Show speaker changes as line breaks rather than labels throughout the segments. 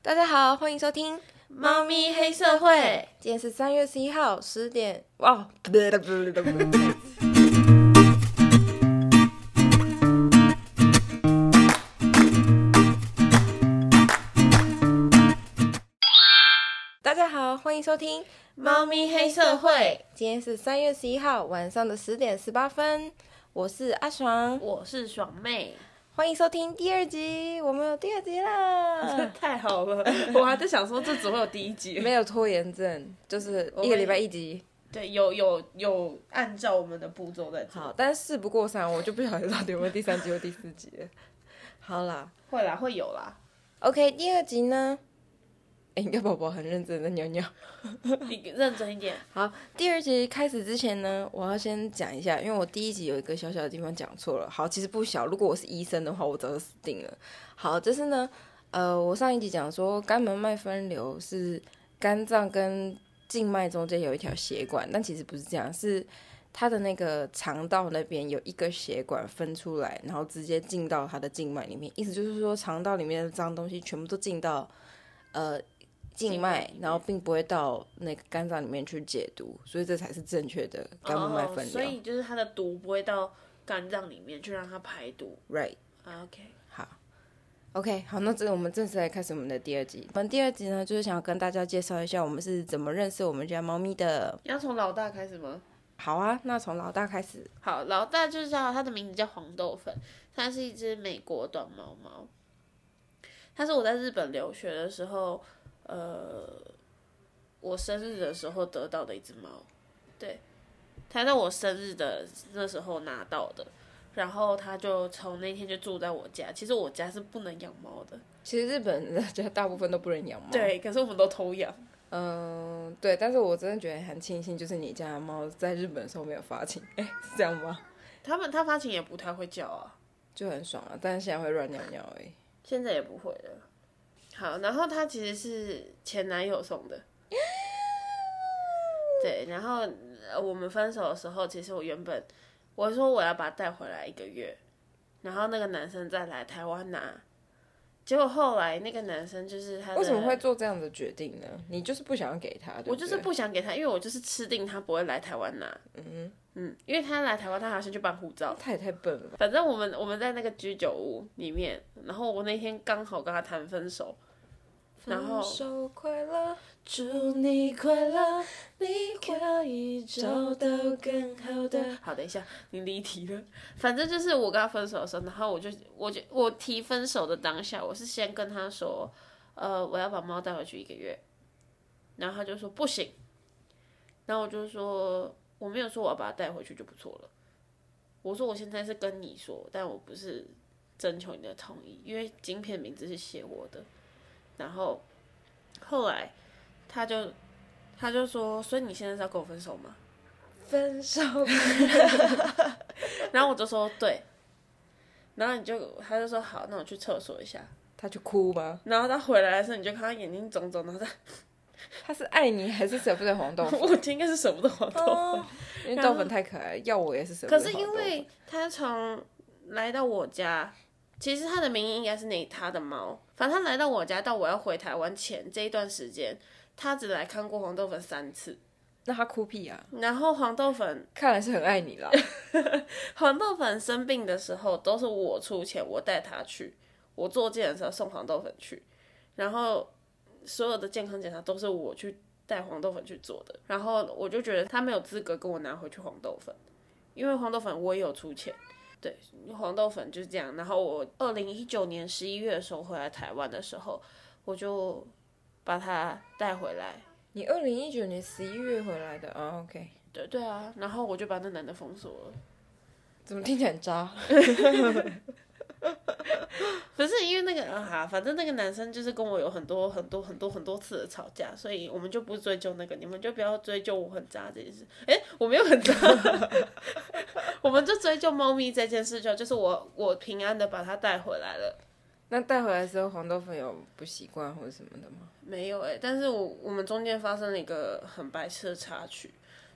大家好，欢迎收听《
猫咪黑社会》。
今天是三月十一号十点哦，大家好，欢迎收听《
猫咪黑社会，
今天是三月十一号晚上的十点十八分，我是阿爽，
我是爽 妹，
欢迎收听第二集，我们有第二集 啦。
太好了！我还在想说这只会有第一集，
没有拖延症，就是一个礼拜一集。
对，有有有按照我们的步骤在做，
好，但是事不过三，我就不晓得到底有没有第三集或第四集了。好啦
会啦会有 啦，
，OK，第二集呢？哎，你看宝宝很认真的尿尿。
你认真一点。
好，第二集开始之前呢，我要先讲一下，因为我第一集有一个小小的地方讲错了。好，其实不小，如果我是医生的话，我早就死定了。好，就是呢，呃，我上一集讲说肝门脉分流是肝脏跟静脉中间有一条血管，但其实不是这样，是它的那个肠道那边有一个血管分出来，然后直接进到它的静脉里面。意思就是说，肠道里面的脏东西全部都进到呃静
静脉
脉
里，面
然后并不会到那个肝脏里面去解毒，所以这才是正确的肝脉分
哦所
流。
以就是它的毒不会到肝脏里面去让它排毒。
right，
啊 OK，
好。OK，好，那这我们正式来开始我们的第二集。我们第二集呢，就是想要跟大家介绍一下我们是怎么认识我们家猫咪的。
你要从老大开始吗？
好啊，那从老大开始。
好，老大就是叫它的名字叫黄豆粉，它是一只美国短毛猫。它是我在日本留学的时候，呃，我生日的时候得到的一只猫，对，它在我生日的那时候拿到的，然后它就从那天就住在我家。其实我家是不能养猫的，
其实日本人家大部分都不能养猫。，
对，可是我们都偷养。
嗯，对，但是我真的觉得很庆幸，就是你家的猫在日本的时候没有发情，哎，是这样吗？
他们它发情也不太会叫啊，
就很爽啊，但是现在会乱尿尿而已。
现在也不会了。好，然后他其实是前男友送 的，对，然后呃我们分手的时候，其实我原本我说我要把它带回来一个月，然后那个男生再来台湾拿，结果后来那个男生就是他的
为什么会做这样的决定呢？你就是不想要给它，对不
我就是
对
不想给他，因为我就是吃定他不会来台湾拿，嗯嗯，因为他来台湾，他好像去办护照，
它也太笨了吧。
反正我们我们在那个居酒屋里面，然后我那天刚好跟他谈分手，然后
手快乐，
祝你快乐，你会
找到更好的。
好，等一下，你离题了。 反正就是我跟他分手的时候，然后我就我就我提分手的当下，我是先跟他说，呃，我要把猫带回去一个月，然后他就说不行，然后我就说我没有说我要把它带回去就不错了，我说我现在是跟你说，但我不是征求你的同意，因为晶片名字是写我的，然后后来他就他就说，所以你现在是要跟我分手吗？
分手。
然后我就说对，然后你就他就说好，那我去厕所一下。
它就哭吗？
然后他回来的时候，你就看他眼睛肿肿，然后他
它是爱你还是舍不得黄 豆粉？
我觉得应该是舍不得我头发。
哦因为豆粉太可爱了，要我也是舍不
可
得。
是因为他从来到我家，其实他的名义应该是那他的猫。反正他来到我家到我要回台湾前这一段时间，他只来看过黄豆粉三次。
那它哭屁啊，
然后黄豆粉
看来是很爱你啦。
黄豆粉生病的时候都是我出钱，我带他去，我做健的时候送黄豆粉去，然后所有的健康检查都是我去带黄豆粉去做的，然后我就觉得他没有资格跟我拿回去黄豆粉，因为黄豆粉我也有出钱。对，黄豆粉就是这样。然后我二零一九年十一月的时候回来台湾的时候，我就把它带回来。
你二零一九年十一月回来的啊、o k
对对啊，然后我就把那男的封锁了。
怎么听起来很渣？
不是因为那个啊哈，反正那个男生就是跟我有很多很多很多很多次的吵架，所以我们就不追究那个，你们就不要追究我很渣这件事。诶，我没有很渣， 我们就追究猫咪这件事就好就是我我平安的把它带回来了，
那带回来之后，黄豆粉有不习惯或者什么的吗？
没有诶，但是我我们中间发生了一个很白痴的插曲，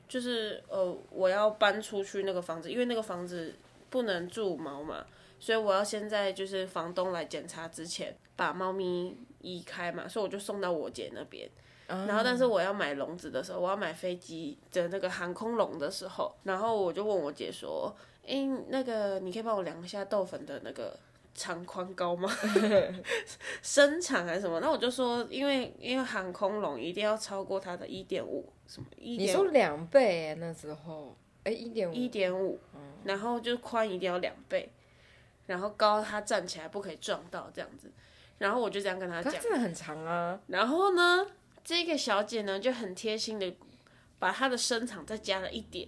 就是呃我要搬出去那个房子，因为那个房子不能住猫嘛，所以我要先在就是房东来检查之前把猫咪移开嘛，所以我就送到我姐那边。然后，但是我要买笼子的时候，我要买飞机的那个航空笼的时候，然后我就问我姐说：“诶，那个你可以帮我量一下豆粉的那个长宽高吗？身长还是什么？”那我就说，因为因为航空笼一定要超过它的一点五，什么一
你
点
说两倍欸那时候，哎，一点
一
五，
点五，然后就宽一定要两倍，然后高它站起来不可以撞到这样子。然后我就这样跟她
可
讲
它。真的很长啊。
然后呢，这个小姐呢就很贴心的把她的身长再加了一点，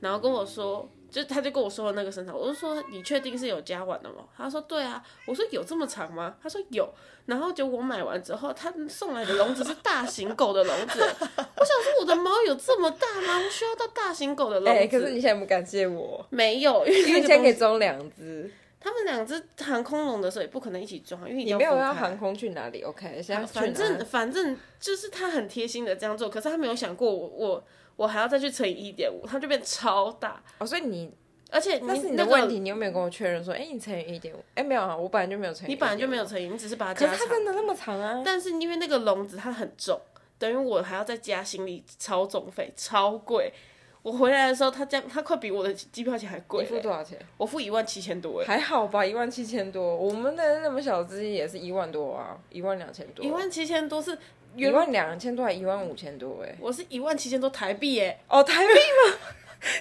然后跟我说，就她就跟我说了那个身长，我就说你确定是有加完的吗？她说对啊，我说有这么长吗？她说有，然后结果我买完之后，她送来的笼子是大型狗的笼子，我想说我的猫有这么大吗？我需要到大型狗的笼子？
哎，可是你现在不感谢我，
没有，因为
因为
那
现在
个东
可以
西
装两只，
他们两只航空笼的时候也不可能一起装，因为
你
要
没有
分
要
开
航啊空去哪里？OK，现在去
反
哪
正啊反正就是他很贴心的这样做，啊可是他没有想过我我我还要再去乘以一点五，它就变超大，
哦，所以你
而且你
那是你
那
的
个
问题，你又没有跟我确认说，哎，你乘以一点五，哎，没有啊，我本来就没有乘以，
你本来就没有，乘以，你只是把它
可
加
是它
长。
真的那么长啊？
但是因为那个笼子它很重，等于我还要再加行李超重费，超贵。我回来的时候，它这样，它快比我的机票钱还贵
你付
嘞、
多少钱？
我付一万七千多哎、
还好吧，一万七千多，我们的那么小资也是一万多啊，一万两千多，
一万七千多是
一
原
万两千多还一万五千多哎、
我是一万七千多台币欸耶、
哦，台币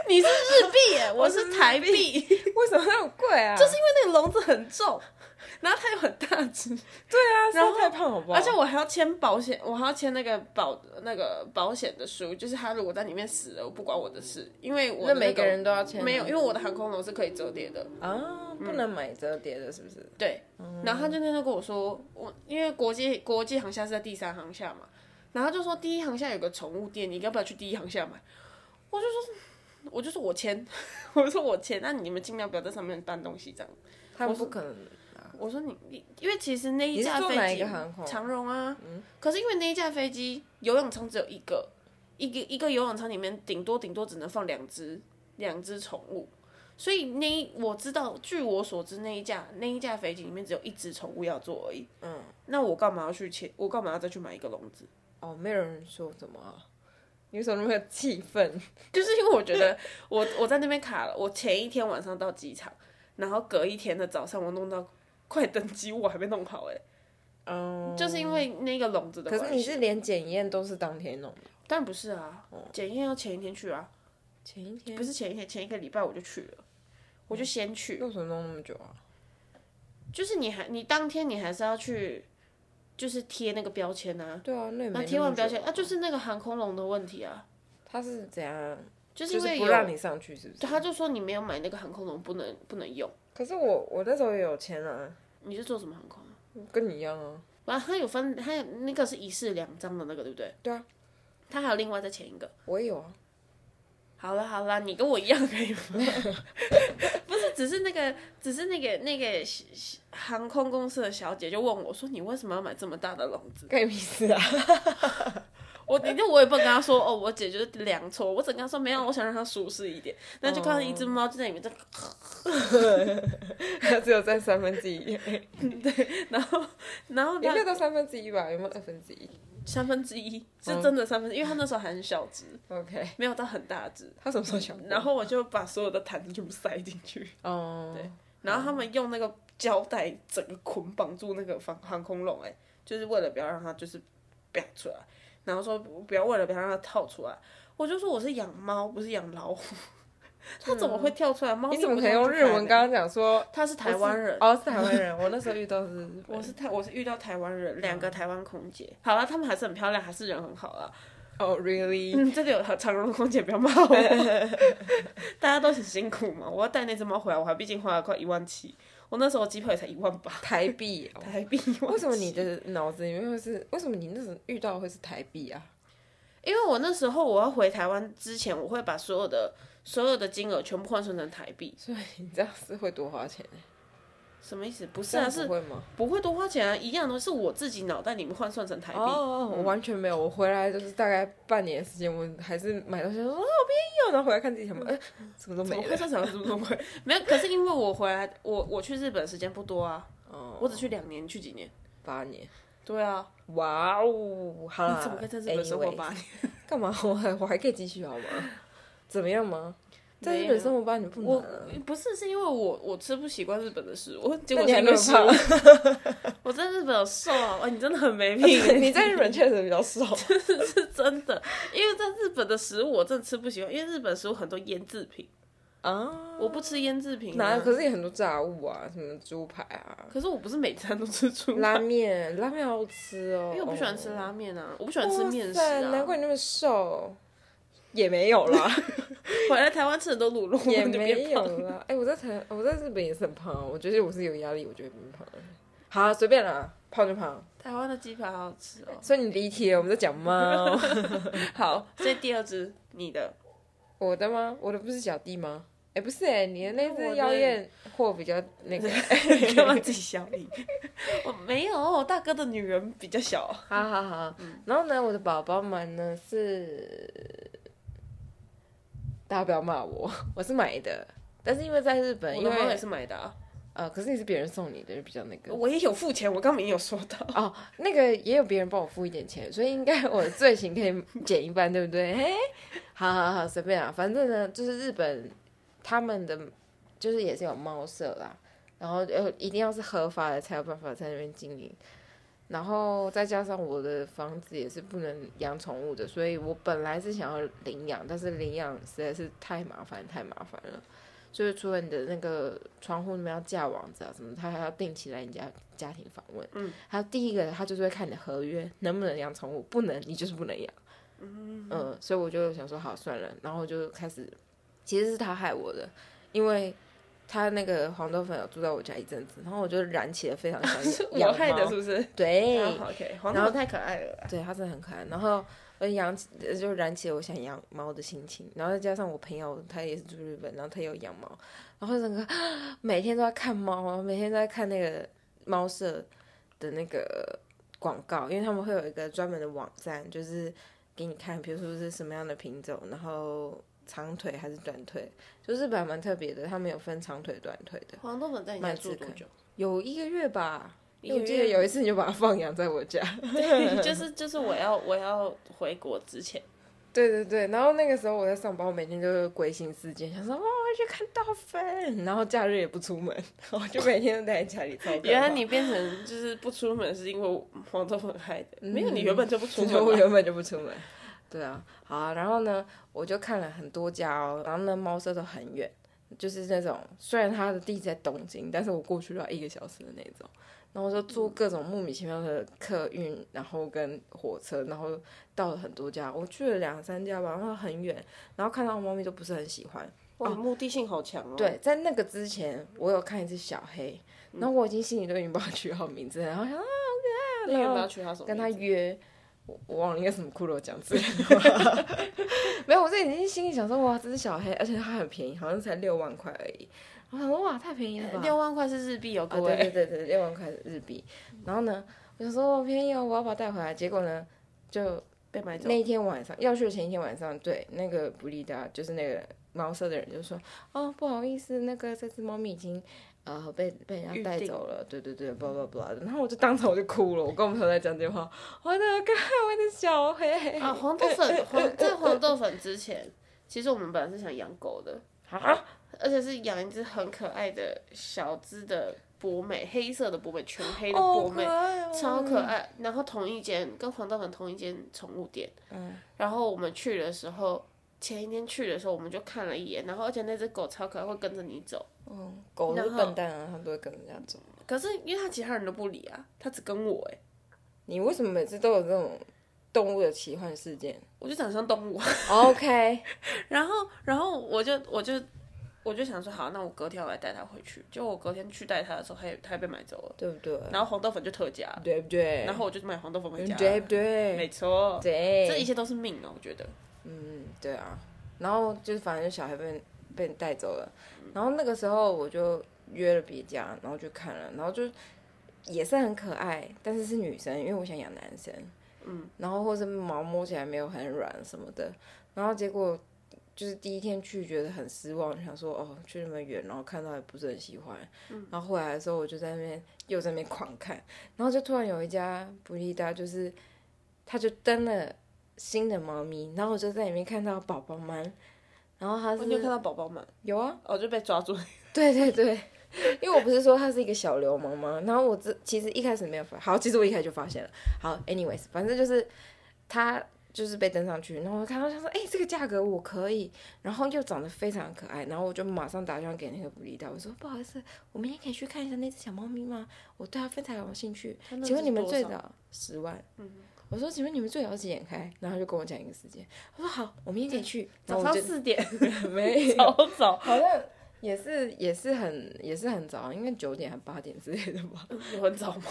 你是日币耶、我是台币，因为
为什么那么贵啊？就是因为
那个笼子很重， 然后它又很大只，
啊他然后太胖好不好？
而且我还要签保险，我还要签那个保那个保险的书，就是他如果在里面死了，我不管我的事，因为我的
那每个人都要签
没有，因为我的航空笼是可以折叠的，
啊，不能买折叠的，是不是？
对。
嗯
然后他就那天就跟我说，我因为国际国际航厦是在第三航厦嘛，然后他就说第一航厦有个宠物店，你要不要去第一航厦买？我就说。我就说我签， 我说我签，那你们尽量不要在上面搬东西这样。
他们不可能。
我说你你，因为其实那一架
你是坐
飞机
哪一个航空嗯
长荣啊，可是因为那一架飞机游泳舱只有一个，一个一个游泳舱里面顶多顶多只能放两只两只宠物，所以那一我知道，据我所知那一架那一架飞机里面只有一只宠物要坐而已。嗯，那我干嘛要去切？我干嘛要再去买一个笼子？
哦，没有人说什么、啊，你为什么那么有气愤？
就是因为我觉得我我在那边卡了，我前一天晚上到机场，然后隔一天的早上我弄到快登机，我还没弄好哎、
嗯，
就是因为那个笼子的
可
关系。
是你是哦连检验都是当天弄的，
但不是啊，检验要前一天去啊，
前一天
不是前一天，前一个礼拜我就去了，
嗯
我就先去，
为什么弄那么久啊？
就是你还你当天你还是要去，就是贴那个标签啊，
对啊，那也没
那
那
贴完
么久
标签啊，就是那个航空笼的问题啊，
他是怎样？啊
就是因为
不
有，
让你上去，是不是？
他就说你没有买那个航空笼不能不能用，
可是我我那时候也有签啊，
你是做什么航空啊？
跟你一样啊。
反正他有分，他有那个是一式两张的那个，对不对？
对啊，
他还有另外再签一个。
我也有啊，
好了好了，你跟我一样可以吗？ 不是，只是那个，只是那个那个小小航空公司的小姐就问我说：“你为什么要买这么大的笼子
干你屁事啊！？”
我，你就我也不能跟她说哦，我姐就是量错，我只跟她说没有，我想让它舒适一点。那就看到一只猫就在里面在，
哦它只有占三分之 一，
然后然后
也没有
它
到三分之一吧？有没有二分之一
三分之一是真的三分之一，因为它那时候还很小只，
？OK，
没有到很大只。
它什么时候想过？
然后我就把所有的毯子全部塞进去，
哦，
对然后他们用那个胶带整个捆绑住那个防航空笼，哎，就是为了不要让它就是飙出来，然后说不要为了不要让它跳出来。我就说我是养猫，不是养老虎， 它怎么会跳出来？猫
啊你
咪
怎么
不
可
是
以用日文？
刚？
刚刚讲说
它是台湾人，
哦，是台湾人。我那时候遇到是哦嗯日本
我是台，我是遇到台湾人，两个台湾空姐。好了，他们还是很漂亮，还是人很好啦。
哦，really？
嗯，这里有长荣的空姐，不要骂我。 大家都很辛苦嘛。我要带那只猫回来，我还毕竟花了快一万七，我那时候机票也才一万八
台币哦。
台币。
为什么你的脑子里面会是？为什么你那时候遇到会是台币啊？
因为我那时候我要回台湾之前，我会把所有的所有的金额全部换算成台币。
所以你这样是会多花钱欸
什么意思？不是
这样
啊，
不
是
会吗？
不会多花钱啊，一样的是我自己脑袋里面换算成台币。嗯
哦哦，我完全没有。我回来就是大概半年的时间，我还是买东西说哦好便宜哦，然后回来看自己什么，哎， 什么都
嗯怎
没
么
了
会。算成这么多贵？没有，可是因为我回来，我我去日本时间不多啊，
哦，
我只去两年，你去几年？
八年，
对啊，
哇哦，好啦，
你怎么可以在日本生活
anyways
八年？
干嘛？ 我还我还可以继续好吗？怎么样吗？在日
没有
本生活吧，你不
我
难啊。
不是是因为我我吃不习惯日本的食物，结
那
果
你
是
还
因
没
为
有
食
胖
物。我在日本有瘦啊，哇，你真的 很没品，
你在日本确实比较 瘦，
是真的。因为在日本的食物我真的吃不习惯，因为日本食物很多腌制品，
啊，
我不吃腌制品、
哪
啊。
有？可是也很多炸物啊，什么猪排啊、
可是我不是每餐都吃 猪
拉
排，
面，拉面好吃哦。
因为我不喜欢吃拉面啊，我不喜欢吃面食
哇塞
啊。
难怪你那么 瘦。也没有啦，
回来台湾吃很多卤肉，
也
我就变
没有
胖 了。
啦。哎、我在台，我在日本也是很胖啊，我觉得我是有压力，我就会变胖。好啊，随便啦，胖就胖。
台湾的鸡排好好吃 哦。
所以你离题了，我们在讲 猫。
好，所以第二支你的，
我的吗？我的不是小弟吗？哎、不是哎、你的那
我的
只妖艳货比较那 个。
你干嘛自己小你？ 我没有，我大哥的女人比较小。
好好好，
嗯
然后呢，我的宝宝们呢是，大家不要骂我， 我是买的，但是因为在日本，
我
因
的猫也
为
是买的、啊，
呃，可是你是别人送你的，就比较那个。
我也有付钱，我刚明有说到。
哦，那个也有别人帮我付一点钱，所以应该我的罪行可以减一半，对不对？ 嘿，好好好，随便啊，反正呢，就是日本他们的就是也是有猫舍啦，然后呃一定要是合法的才有办法在那边经营，然后再加上我的房子也是不能养宠物的，所以我本来是想要领养，但是领养实在是太麻烦太麻烦了。就是除了你的那个窗户那边要架网子啊什么，他还要定期来你家家庭访问。
嗯，
还有第一个他就是会看你的合约能不能养宠物，不能你就是不能养。嗯所以我就想说好算了，然后我就开始，其实是他害我的，因为他那个黄豆粉有住在我家一阵子，然后我就燃起了非常
是
想 养
我害的，
猫
是不是？
对，
啊好 OK，黄
然
桃
后
太可爱了啦。
对，它真的很可爱。然后我养起呃就燃起了我想养猫的心情，然后再加上我朋友他也是住日本，然后他有养猫，然后整个 每天都在看猫，然后每天都在看那个猫舍的那个广告，因为他们会有一个专门的网站，就是给你看，比如说是什么样的品种，然后长腿还是短腿，就日本还蛮特别的，他们有分长腿、短腿的，
黄豆粉在你家住多久？
有一个月吧。因为我
一个
记
月
得有一次你就把它放养在我家，
对，就是就是我要我要回国之前，
对对对，然后那个时候我在上班，我每天就是归心似箭，想说哇，我要去看大分，然后假日也不出门，我就每天都待在家里。超可怕
原来你变成就是不出门是因为黄豆粉害的，嗯 没有你原本就不出门
我
啊。
原本就不出门。对啊，好啊，然后呢，我就看了很多家哦，然后呢，猫舍都很远，就是那种虽然它的地址在东京，但是我过去都要一个小时的那种。然后我就坐各种莫名其妙的客运，然后跟火车，然后到了很多家，我去了两三家吧，然后很远，然后看到猫咪都不是很喜欢，
哇，你目的性好强哦。
对，在那个之前，我有看一只小黑，
嗯
然后我已经心里都已经帮它取好名字了，然后想啊
那你有没有取他什么？
跟它约，我我忘了应该什么骷髅奖之类的 吧，没有，我这已经心里想说哇，这只小黑，而且它很便宜，好像才六万块而已，我想说哇，太便宜了吧，
哎六万块是日币哦，
啊，
各
对
位。
对对对，六万块日币，然后呢，我想说我便宜哦，我要把它带回来，结果呢，就
被买走
那。一天晚上，要去的前一天晚上，对那个布利达，就是那个猫舍的人就说：“哦，不好意思，那个这只猫咪已经呃被被人家带走了。”对对对，blah blah blah 的。然后我就当场我就哭了，我跟我们朋友在讲这话，我的看我的小黑
啊，黄豆粉黄在黄豆粉之前，其实我们本来是想养狗的，
啊，
而且是养一只很可爱的小只的博美，黑色的博美，全黑的
哦
博
可
美，
爱哦，
超可爱。然后同一间跟黄豆粉同一间宠物店，嗯，然后我们去的时候。前一天去的时候，我们就看了一眼，然后而且那只狗超可爱，会跟着你走。
嗯，狗是笨蛋啊，它都会跟人家走。
可是因为它其他人都不理啊，它只跟我哎、
你为什么每次都有这种动物的奇幻事件
我就长得像动物啊
？OK，
然后，然后我就我就我就想说，好，那我隔天我来带它回去。就我隔天去带它的时候，它也它也被买走了。
对不对？
然后黄豆粉就特价，
对不对？
然后我就买黄豆粉回家。
对不对？
没错，
对，
这一切都是命啊！我觉得
嗯，对啊，然后就是反正小孩被被带走了，然后那个时候我就约了别家，然后去看了，然后就也是很可爱，但是是女生，因为我想养男生，嗯，然后或是毛摸起来没有很软什么的，然后结果就是第一天去觉得很失望，想说哦去那么远，然后看到也不是很喜欢，
嗯
然后回来的时候我就在那边又在那边狂看，然后就突然有一家布利达，就是他就登了新的猫咪，然后我就在里面看到宝宝们，然后它
我哦你有看
是
到宝宝们，
有啊，
哦就被抓住，
对对对， 因为我不是说他是一个小流氓吗？然后我这其实一开始没有发，好，其实我一开始就发现了。好，anyways，反正就是他就是被登上去，然后我看到他说，哎、这个价格我可以，然后又长得非常可爱，然后我就马上打电话给那个布利达，我说不好意思，我明天可以去看一下那只小猫咪吗？我对它非常有兴趣。 请问你们最早十万？我说，请问你们最早几点开？然后他就跟我讲一个时间。我说好，我明天可以去。然
早
后我
上
就
四点，
没有
超早，
好像也是也是很也是很早，啊应该九点还八点之类的吧。
有很早吗？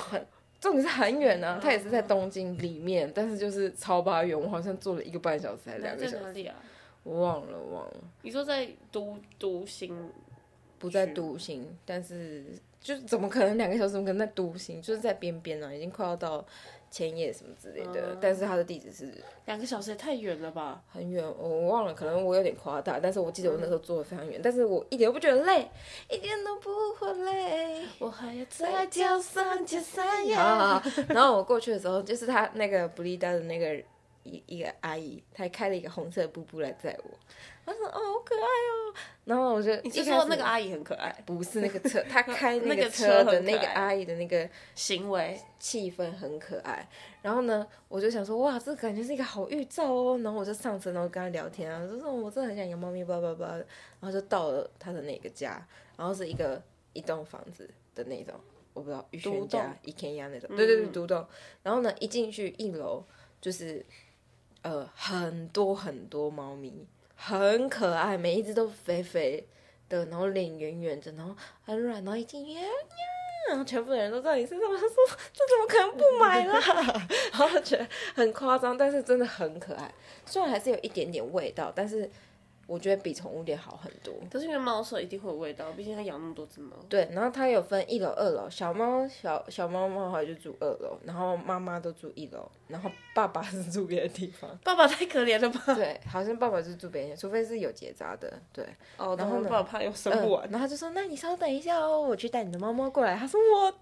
重点是很远啊，它也是在东京里面，但是就是超巴远，我好像坐了一个半小时还是两个
在
小时，
哪里啊？
我忘了忘了，
你说在独独行，
不在都心，但是就是怎么可能两个小时？怎么可能在都心？就是在边边啊，已经快要到千叶什么之类的，但是它的地址是
两个小时也太远了吧？
很远，我我忘了，可能我有点夸大，但是我记得我那时候坐的非常远，但是我一点都不觉得累，一点都不会累。
我还要
再
再
跳上去山呀！ 然后我过去的时候，就是他那个布利达的那个一一个阿姨，她还开了一个红色的布布来载我。我说：“哦，好可爱哦！”然后我就
你
一
是
开
说
始
那个阿姨很可爱，
不是那个车，她开
那
个
个车
车的
很
那
可
个
爱
阿姨的那个
行为
气氛很可爱。然后呢，我就想说，哇，这感觉是一个好预兆哦。然后我就上车，然后跟他聊天啊，就说我真的很想养猫咪，叭叭叭。然后就到了他的那个家，然后是一个一栋房子的那种，我不知道宇
独
轩家
栋、
一天家那种，对对对，独栋。然后呢，一进去一楼就是呃很多很多猫咪，很可爱，每一只都肥肥的，然后脸圆圆的，然后很软，然后一进去。哎呀呀然后全部的人都在你身上，他说：“这怎么 可能不买啦？” 然后觉得很夸张，但是真的很可爱。虽然还是有一点点味道，但是我觉得比宠物店好很多。
可是因为猫舍一定会有味道，毕竟它养那么多只猫。
对，然后它有分一楼、二楼，小猫小小猫猫好像就住二楼，然后妈妈都住一楼，然后爸爸是住别的地
。
方
爸爸太可怜 了吧？
对，好像爸爸是住别人，除非是有结扎的。对，然
哦，然
后
后
呢
爸爸怕又生
嗯
不完，
然后他就说：“那你稍等一下哦，我去带你的猫猫过来。”他说：“我的。”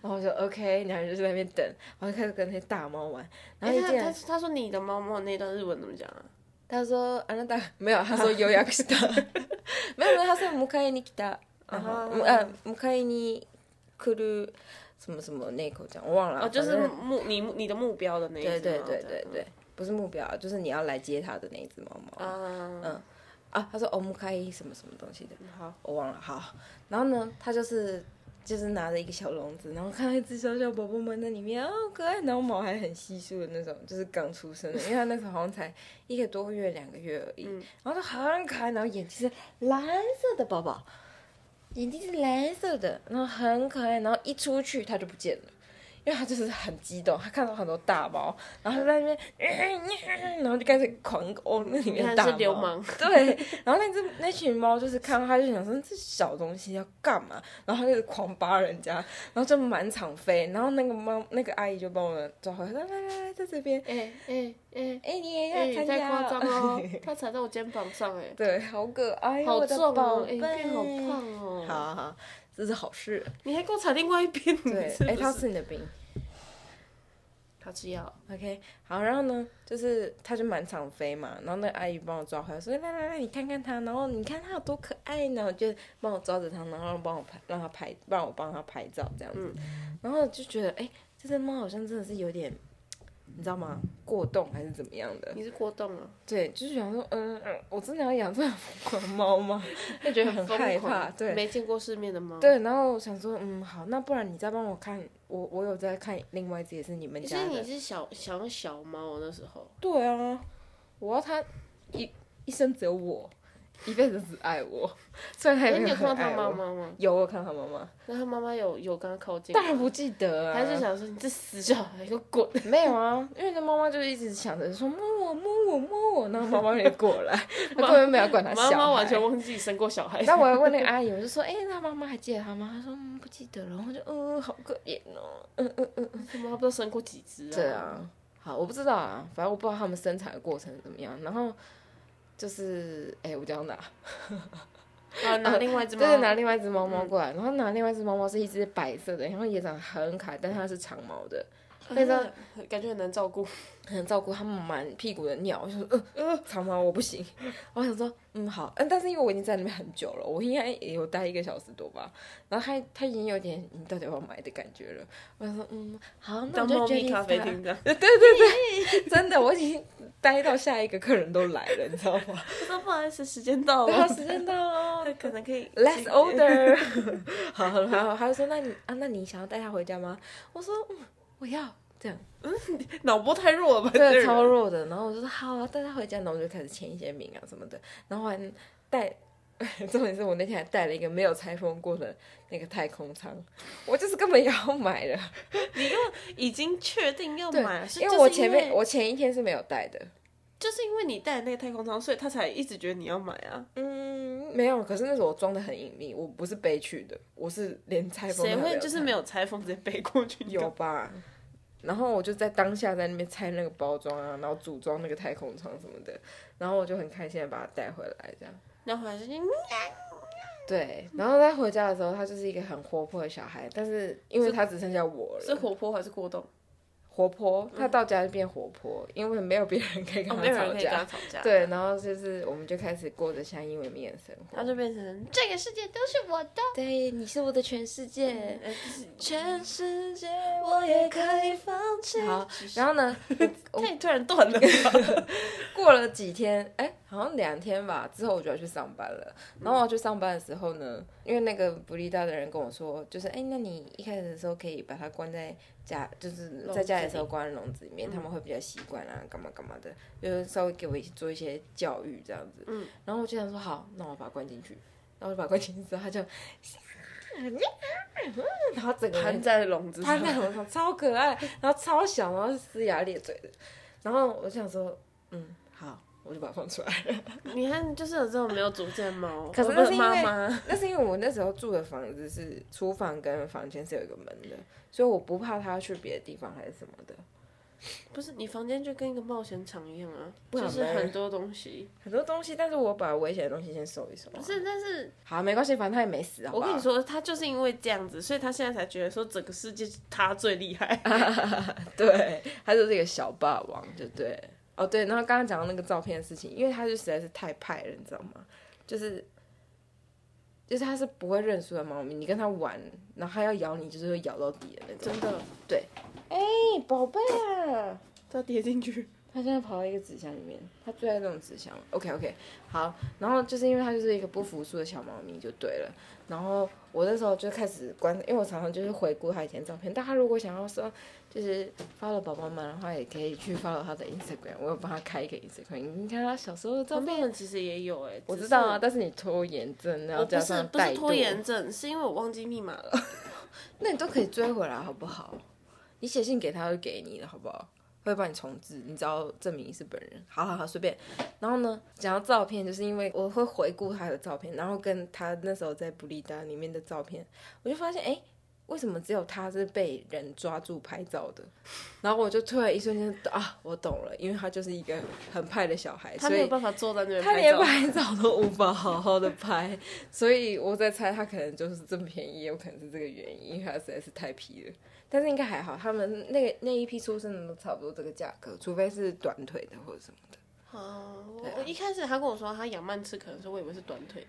然后我就 OK，然后就在那边等，然后就开始跟那些大猫玩。嗯然后
哎，
一
他
进
他
来，
他说你的猫猫那段日文怎么讲啊？
他说：“啊，那大没有，他说有雅克斯 达，没有没有，他说迎えに来た，然后
啊
呃迎えに来る什么什么那口讲，我忘了，
哦，就
啊反
是
正
目你你的目标的那一只
对对
猫
对
这
对
样
对，不是目标，就是你要来接他的那一只猫猫
啊，
嗯啊。他说哦，迎え什么什么东西的，
好，
我忘了。好，然后呢，他就是就是拿着一个小笼子，然后看到一只小小宝宝们在里面，哦，好可爱，然后毛还很稀疏的那种，就是刚出生的，因为他那时候好像才一个多月、两个月而
嗯
已，然后就很可爱，然后眼睛是蓝色的宝宝，眼睛是蓝色的，然后很可爱，然后一出去它就不见了。因为它就是很激动，它看到很多大猫，然后它在那边，然后就开始狂殴那里
你
面的
看
大
是
猫。
流氓，
对，然后那只那群猫就是看到它就想说这小东西要干嘛，然后它就狂扒人家，然后就满场飞，然后那个猫那个阿姨就帮我们抓回来，来来来来，在这边，
哎哎哎
哎、你也
哎，
要
你
参
太
加、
夸张了哦， 它踩在我肩膀上哎，
对，好可爱哟，
好
我的
重
宝
哦，哎，
贝，
你变好胖哦，
好，好好，这是好 事，
你还给我踩另外一边，
对
你是，不
哎、它
是
吃你的冰。
它吃药，
OK，好，然后呢，就是它就满场飞嘛，然后那个阿姨帮我抓回来，说来来来，你看看它，然后你看它有多可爱呢，就帮我抓着它，然后帮我拍，让它拍，让我帮它拍照这样子，然后就觉得，哎、这只猫好像真的是有点，你知道吗？过动还是怎么样的？
你是过动啊，
对，就是想说，嗯嗯，我真的要养这种疯狂猫吗？就觉得很
疯
害
狂
怕，对，
没见过世面的猫，，
对，然后我想说，嗯，好，那不然你再帮我看，我我有在看另外一只也是你们
所以
家
你
的。
是小想小猫那时 候，
对啊，我要它一一生只有我，一辈子只爱我。 虽然它
哎，
也
你
没有
有看到
很
它
爱
妈
我，
妈吗？
有我有看到它妈妈，
那它妈妈有有跟它靠近吗，
当然不记得啊，
还是想说你这死小孩，给我滚！
没有啊， 因为那妈妈就一直想着说摸我摸我摸我，然后妈妈也过来， 她根本没有管他
妈
小
妈完
孩
全忘记生过小孩。
那我还问那个阿姨，我就说，哎、那妈妈还记得他吗？她说、嗯、不记得了。然后就，嗯，好可怜哦。
他妈不知道生过几只啊？
对，啊，好，我不知道啊，反正我不知道他们生产的过程怎么样。然后就是哎、我讲哪？
啊，拿另外一只猫，嗯
对，呃拿另外一只猫猫过来，然后拿另外一只猫猫是一只白色的，然后也长得很可爱，但它是长毛的，那个
呃感觉很难照顾。
很照顾它满屁股的尿，我就说呃呃长毛我不行， 我想说嗯好，嗯但是因为我已经在那边很久了，我应该也有待一个小时多吧，然后它它已经有点你到底要不要买的感觉了，我想说嗯好，那我
当
就
猫
决定
咪咖啡
它
厅这样，
真的，我已经待到下一个客人都来了，你知道吗？
我 说不好意思，时间到
然
了
后，时间到了。
可能可以
Let's order 好。好了，然后他就说：“那你啊，那你想要带他回家吗？”我说：“嗯，我要。” 这样，
脑波太弱了吧？这个
对，
人
超弱的。然后我就说：“好、啊，带他回家。”然后我就开始签一些名啊什么的。然后还带， 重点是我那天还带了一个没有拆封过的那个太空舱，我就是根本要买了。
已经确定要
对
买了，，是
因
就
为
是
我前面
因为
我前一天是没有带的。
就是因为你带的那个太空舱，所以他才一直觉得你要买啊。
嗯，没有。可是那时候我装的很隐秘，我不是背去的，我是连拆封都
谁
还没
会
有
就是
拆
没有拆封直接背过 去？
有吧？然后我就在当下在那边拆那个包装啊，然后组装那个太空舱什么的，然后我就很开心的把它带回来，这样。
然后还是
对，然后他回家的时候，他就是一个很活泼的小孩，但是因为他只剩下我
是
了，
活泼还是过动？
活泼，他到家就变活泼，因为 没有别人可以
哦，
跟
没
他吵
有人可以跟
架。
他吵架。
对，然后就是我们就开始过着相依为命的生活
他。就变成这个世界都是我的，
对，你是我的全世界，
呃就是
全世界
我也可以放弃。
好，然后呢，我
太突 然断了，
过了几天，哎、好像两天吧，之后我就要去上班了。然后我要去上班的时候呢，因为那个不利达的人跟我说，就是哎、那你一开始的时候可以把它关在家，就是在家里的时候关在笼子里面，他们会比较习惯啊，干嘛干嘛的，就是稍微给我一起做一些教育这样子。
嗯，
然后我就想说，好，那我把它关进去。然后我就把它关进去之后，它就， 然后整个人
盘在笼子
它
上
在。很上超可爱，然后超小，然后是呲牙咧嘴的。然后我想说，嗯，好，我就把它放出来。
你看，就是有这种没有主见猫，
可是
我
那
的
是因为
妈妈，
那是因为我那时候住的房子是厨房跟房间是有一个门的，所以我不怕它去别的地方还是什么的。
不是你房间就跟一个冒险场一样啊，
不然
就是
呢
很多东西。
很多东西，但是我把危险的东西先收一收啊、
不是，但是
好，没关系，反正它也没死，好不
我
好
跟你，说，他就是因为这样子，所以他现在才觉得说整个世界是他最厉害。
对，它就是一个小霸王，就对。哦，对，然后刚刚讲到那个照片的事情，因为它就实在是太派了，你知道吗？就是。就是它是不会认输的猫咪，你跟它玩，然后它要咬你，就是会咬到底的那种。
真的，
哎宝贝啊！
他跌进去，
他现在跑到一个纸箱里面，他最爱这种纸箱。OK OK，好，然后就是因为他就是一个不服输的小猫咪就对了。然后我那时候就开始观，因为我常常就是回顾他以前的照片。大家如果想要说就是 follow 宝宝们的话，也可以去 follow 他的 Instagram，我有帮他开一个 Instagram，你看他小时候的照
很多
片。
人其实也有哎、
我
只
知
是
道啊，。但是你拖延症，然后
我
加
不是
上
不
怠惰，
是拖延症，是因为我忘记密码了。
那你都可以追回来，好不好？你写信给他，他会给你的，好不好？会帮你重置，你只要证明你是本人。好好好，随便。然后呢，讲到照片，就是因为我会回顾他的照片，然后跟他那时候在布利达里面的照片，我就发现，哎，为什么只有他是被人抓住拍照的？ 然后我就突然一瞬间啊，我懂了，因为他就是一个很派的小孩，
他
所
没有
以
办法坐在那边
他
拍
连
照。
拍照都无法好好的拍，所以我在猜他可能就是这么便宜，也有可能是这个原因，因为他实在是太皮了。但是应该还好，他们那个那一批出生的都差不多这个价格，除非是短腿的或者什么的。
哦，我
对啊
我一开始他跟我说他养慢吃，可能是我以为是短腿的，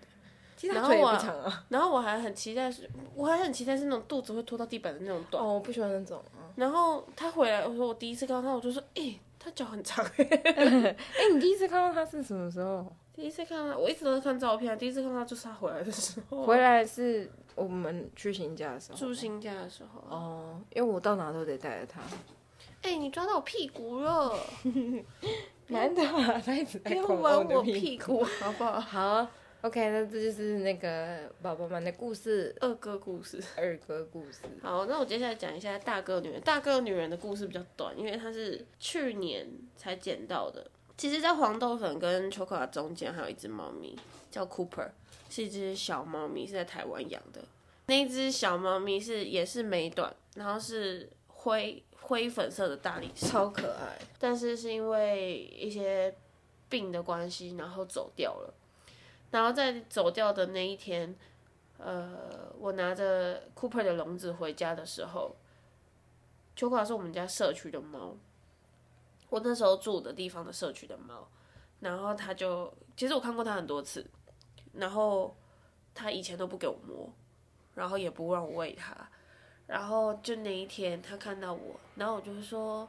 其实他
然后
腿也不
啊
长啊。
然后我还很期待是，我还很期待是那种肚子会拖到地板的那种短。
哦，我不喜欢那种啊。
然后他回来，我说我第一次看到他，我就说，诶、他脚很长。
哎、你第一次看到他是什么时候？
第一次看到他，我一直都在看照片，第一次看到就是他回来的时候，
回来是我们去新家的时候。
哦住新家的时候。
哦，因为我到哪都得带着他。
哎、你抓到我屁股了，
难得啊，他一直
不
在
要
狂
玩
的
哎我
屁
屁股好不好？
好，OK，那这就是那个宝宝们的故事。
二哥故事。
二哥故事。
好，那我接下来讲一下大哥女人。大哥女人的故事比较短，因为她是去年才捡到的。其实，在黄豆粉跟秋可拉中间还有一只猫咪，叫 Cooper，是一只小猫咪，是在台湾养的。那一只小猫咪是也是美短，然后是灰灰粉色的大理石，
超可爱，
但是是因为一些病的关系，然后走掉了。然后在走掉的那一天，呃，我拿着 Cooper 的笼子回家的时候，秋瓜是我们家社区的猫，我那时候住的地方的社区的猫，然后它就其实我看过它很多次，然后它以前都不给我摸，然后也不让我喂它，然后就那一天它看到我，然后我就会说：“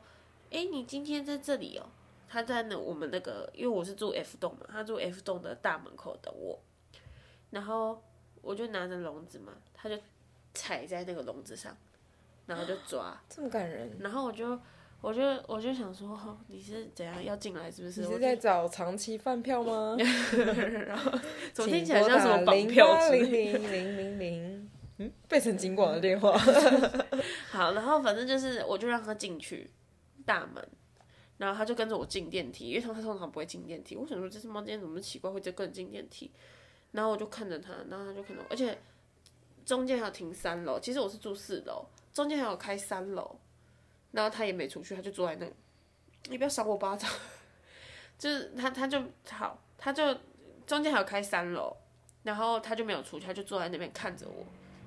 哎，你今天在这里哦。”他在那我们那个，因为我是住 F 栋嘛，他住 F 栋的大门口等我，然后我就拿着笼子嘛，他就踩在那个笼子上，然后就抓，
这么感人，
然后我就我就我就想说，哦你是怎样要进来是不是？
你
我
是在找长期饭票吗？
怎么听起来像什么绑票之类
零
的？
零零零零，嗯，变成警广的电话。
好，然后反正就是我就让他进去大门，然后他就跟着我进电梯，因为他们通常不会进电梯。我想说这只猫今天怎么奇怪会就跟着进电梯，然后我就看着他，然后他就看着我，而且中间还有停三楼，其实我是住四楼，中间还有开三楼，然后他也没出去，他就坐在那里，你不要赏我巴掌， 就是他他就好，他就中间还有开三楼，然后他就没有出去，他就坐在那边看着我。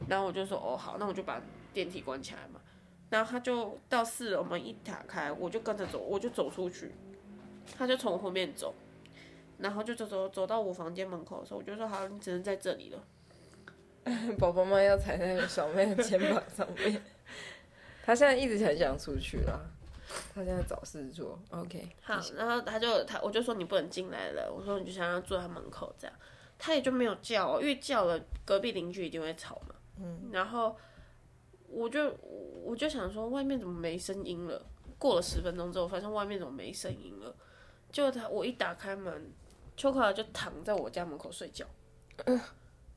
然后我就说哦好，那我就把电梯关起来嘛。然后他就到四楼门一打开，我就跟着走，我就走出去，他就从我后面走，然后就走走走到我房间门口的时候，我就说好，你只能在这里了。
宝宝妈要踩在小妹的肩膀上面，她现在一直很想出去啦，她现在找事做。OK，
好，然后他就他我就说你不能进来了，我说你就想要坐在门口这样，他也就没有叫哦，因为叫了隔壁邻居一定会吵嘛。嗯，然后我就我就想说外面怎么没声音了？过了十分钟之后，发现外面怎么没声音了？结果他我一打开门，秋卡就躺在我家门口睡觉。嗯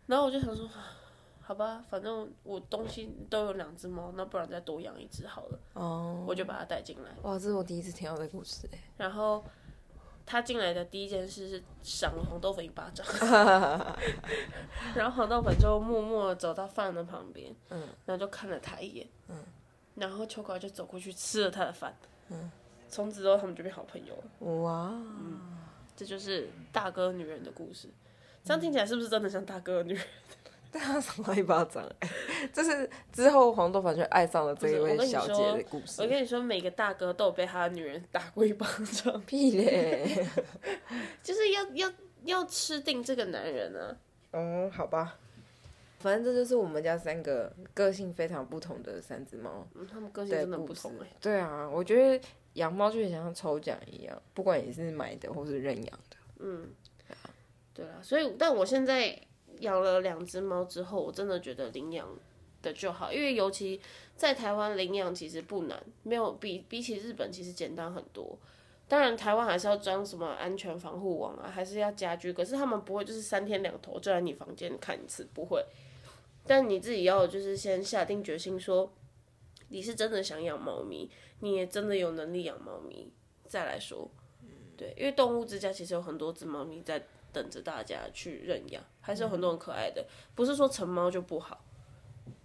然后我就想说，啊好吧，反正我东西都有两只猫，那不然再多养一只好了。
哦，
我就把它带进来。
哇，这是我第一次听到这故事哎，
然后他进来的第一件事是赏了黄豆粉一巴 掌，然后黄豆粉就默默地走到饭的旁边，嗯，然后就看了他一眼，嗯，然后秋瓜就走过去吃了他的饭，嗯，从此之后他们就变好朋友了。
欸 哇，
这就是大哥女人的故事，这样听起来是不是真的像大哥的女人？
但她赏她一巴掌哎，这是之后黄豆反就爱上了这一位
不是
小
我跟你说
姐的故
我
事。
跟你说，每个大哥都有被他的女人打过一巴掌，
屁嘞！
就是要要要吃定这个男人啊！
哦，好吧，反正这就是我们家三个个性非常不同的三只猫。
嗯，他们个性
对，
真的
故
不同
事
哎、
对啊，我觉得养猫就很像抽奖一样，不管你是买的或是认养的。
对啦，所以但我现在养了两只猫之后，我真的觉得领养的就好，因为尤其在台湾领养其实不难，没有比比起日本其实简单很多。当然，台湾还是要装什么安全防护网啊，还是要家居，可是他们不会就是三天两头就来你房间看一次，不会。但你自己要就是先下定决心说，你是真的想养猫咪，你也真的有能力养猫咪，再来说。对，因为动物之家其实有很多只猫咪在等着大家去认养，还是有很多很可爱的，不是说成猫就不好。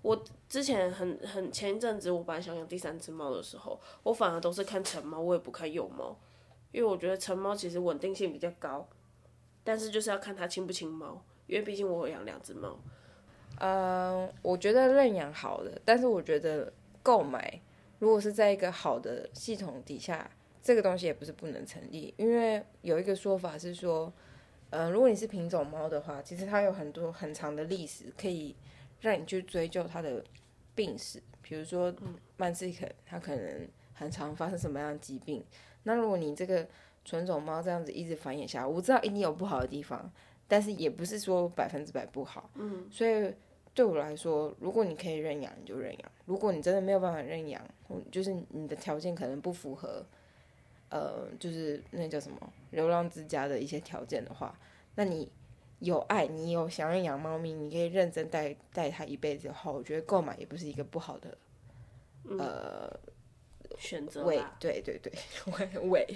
我之前很很前一阵子，我本来想养第三只猫的时候，我反而都是看成猫，我也不看幼猫，因为我觉得成猫其实稳定性比较高，但是就是要看它亲不亲猫，因为毕竟我有养两只猫。
嗯，我觉得认养好的，但是我觉得购买如果是在一个好的系统底下，这个东西也不是不能成立，因为有一个说法是说，呃，如果你是品种猫的话，其实它有很多很长的历史，可以让你去追究它的病史，比如说曼斯肯，它可能很常发生什么样的疾病。那如果你这个纯种猫这样子一直繁衍下来，我知道一定有不好的地方，但是也不是说百分之百不好，嗯，所以。对我来说，如果你可以认养，你就认养；如果你真的没有办法认养，嗯就是你的条件可能不符合，呃，就是那叫什么流浪之家的一些条件的话，那你有爱，你有想要养猫咪，你可以认真带带它一辈子的话，我觉得购买也不是一个不好的
选择
喂
啦，
对对 对，喂 喂，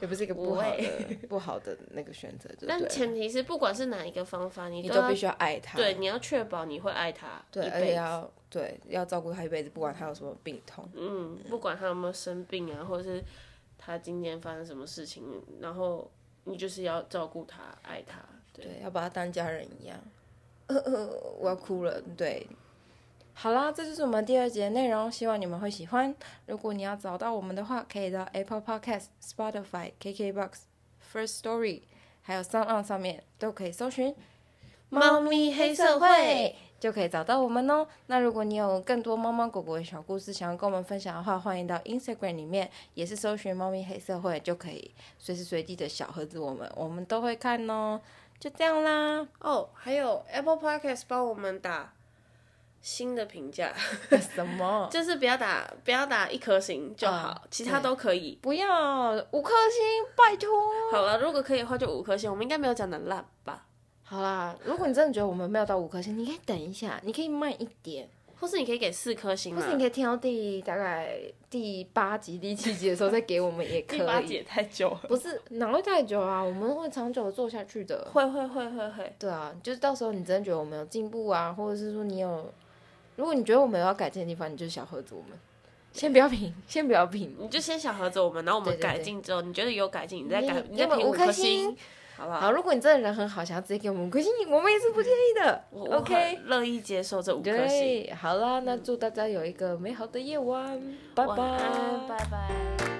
也不是一个不好的不好的那个选择，对不
但
对？
前提是不管是哪一个方法，你
你
都
都
要
必须要爱它，
对，你要确保你会爱它一
对，而
辈
且
子。
要对要照顾它一辈子，不管它有什么病痛。
嗯，不管他有没有生病啊，或者是他今天发生什么事情，然后你就是要照顾它、爱它。对，
对，要把他当家人一样。呃呃，我要哭了。对，好啦，这就是我们第二节的内容，希望你们会喜欢。如果你要找到我们的话，可以到 Apple Podcast、Spotify、KKBox、First Story，还有 Sound On 上面都可以搜寻“
猫咪黑社会”，
就可以找到我们哦。那如果你有更多猫猫狗狗的小故事想要跟我们分享的话，欢迎到 Instagram 里面也是搜寻“猫咪黑社会”，就可以随时随地的小盒子我们，我们都会看哦。就这样啦。
哦，还有 Apple Podcast 帮我们打新的评价，
什么？
就是不要打不要打一颗星就好，
嗯
其他都可以。
不要五颗星，拜托。
好了，如果可以的话就五颗星，我们应该没有讲的烂吧？
好啦，如果你真的觉得我们没有到五颗星，你可以等一下，你可以慢一点，
或是你可以给四颗星啊
或
嘛？
是你可以听到第大概第八集、第七集的时候再给我们也可
第八
以。
节太久了，
不是哪会太久啊？我们会长久的做下去的。
会会会会会，
对啊，就是到时候你真的觉得我们有进步啊，或者是说你有，如果你觉得我们有要改进的地方，你就小盒子我 们，先不要评，先不要评。
你就先小盒子我们，然后我
对
们
对
改
对
进之后，你觉得有改进，你再改，
你
你再
给我们
评
五颗
颗
星
星，好不好？
好，如果你真的人很好，想要直接给我们五颗星，我们也是不介意的。
我我
OK，
很乐意接受这五颗星。嗯
对，好啦，那祝大家有一个美好的夜晚，拜
晚安，
拜
拜。拜。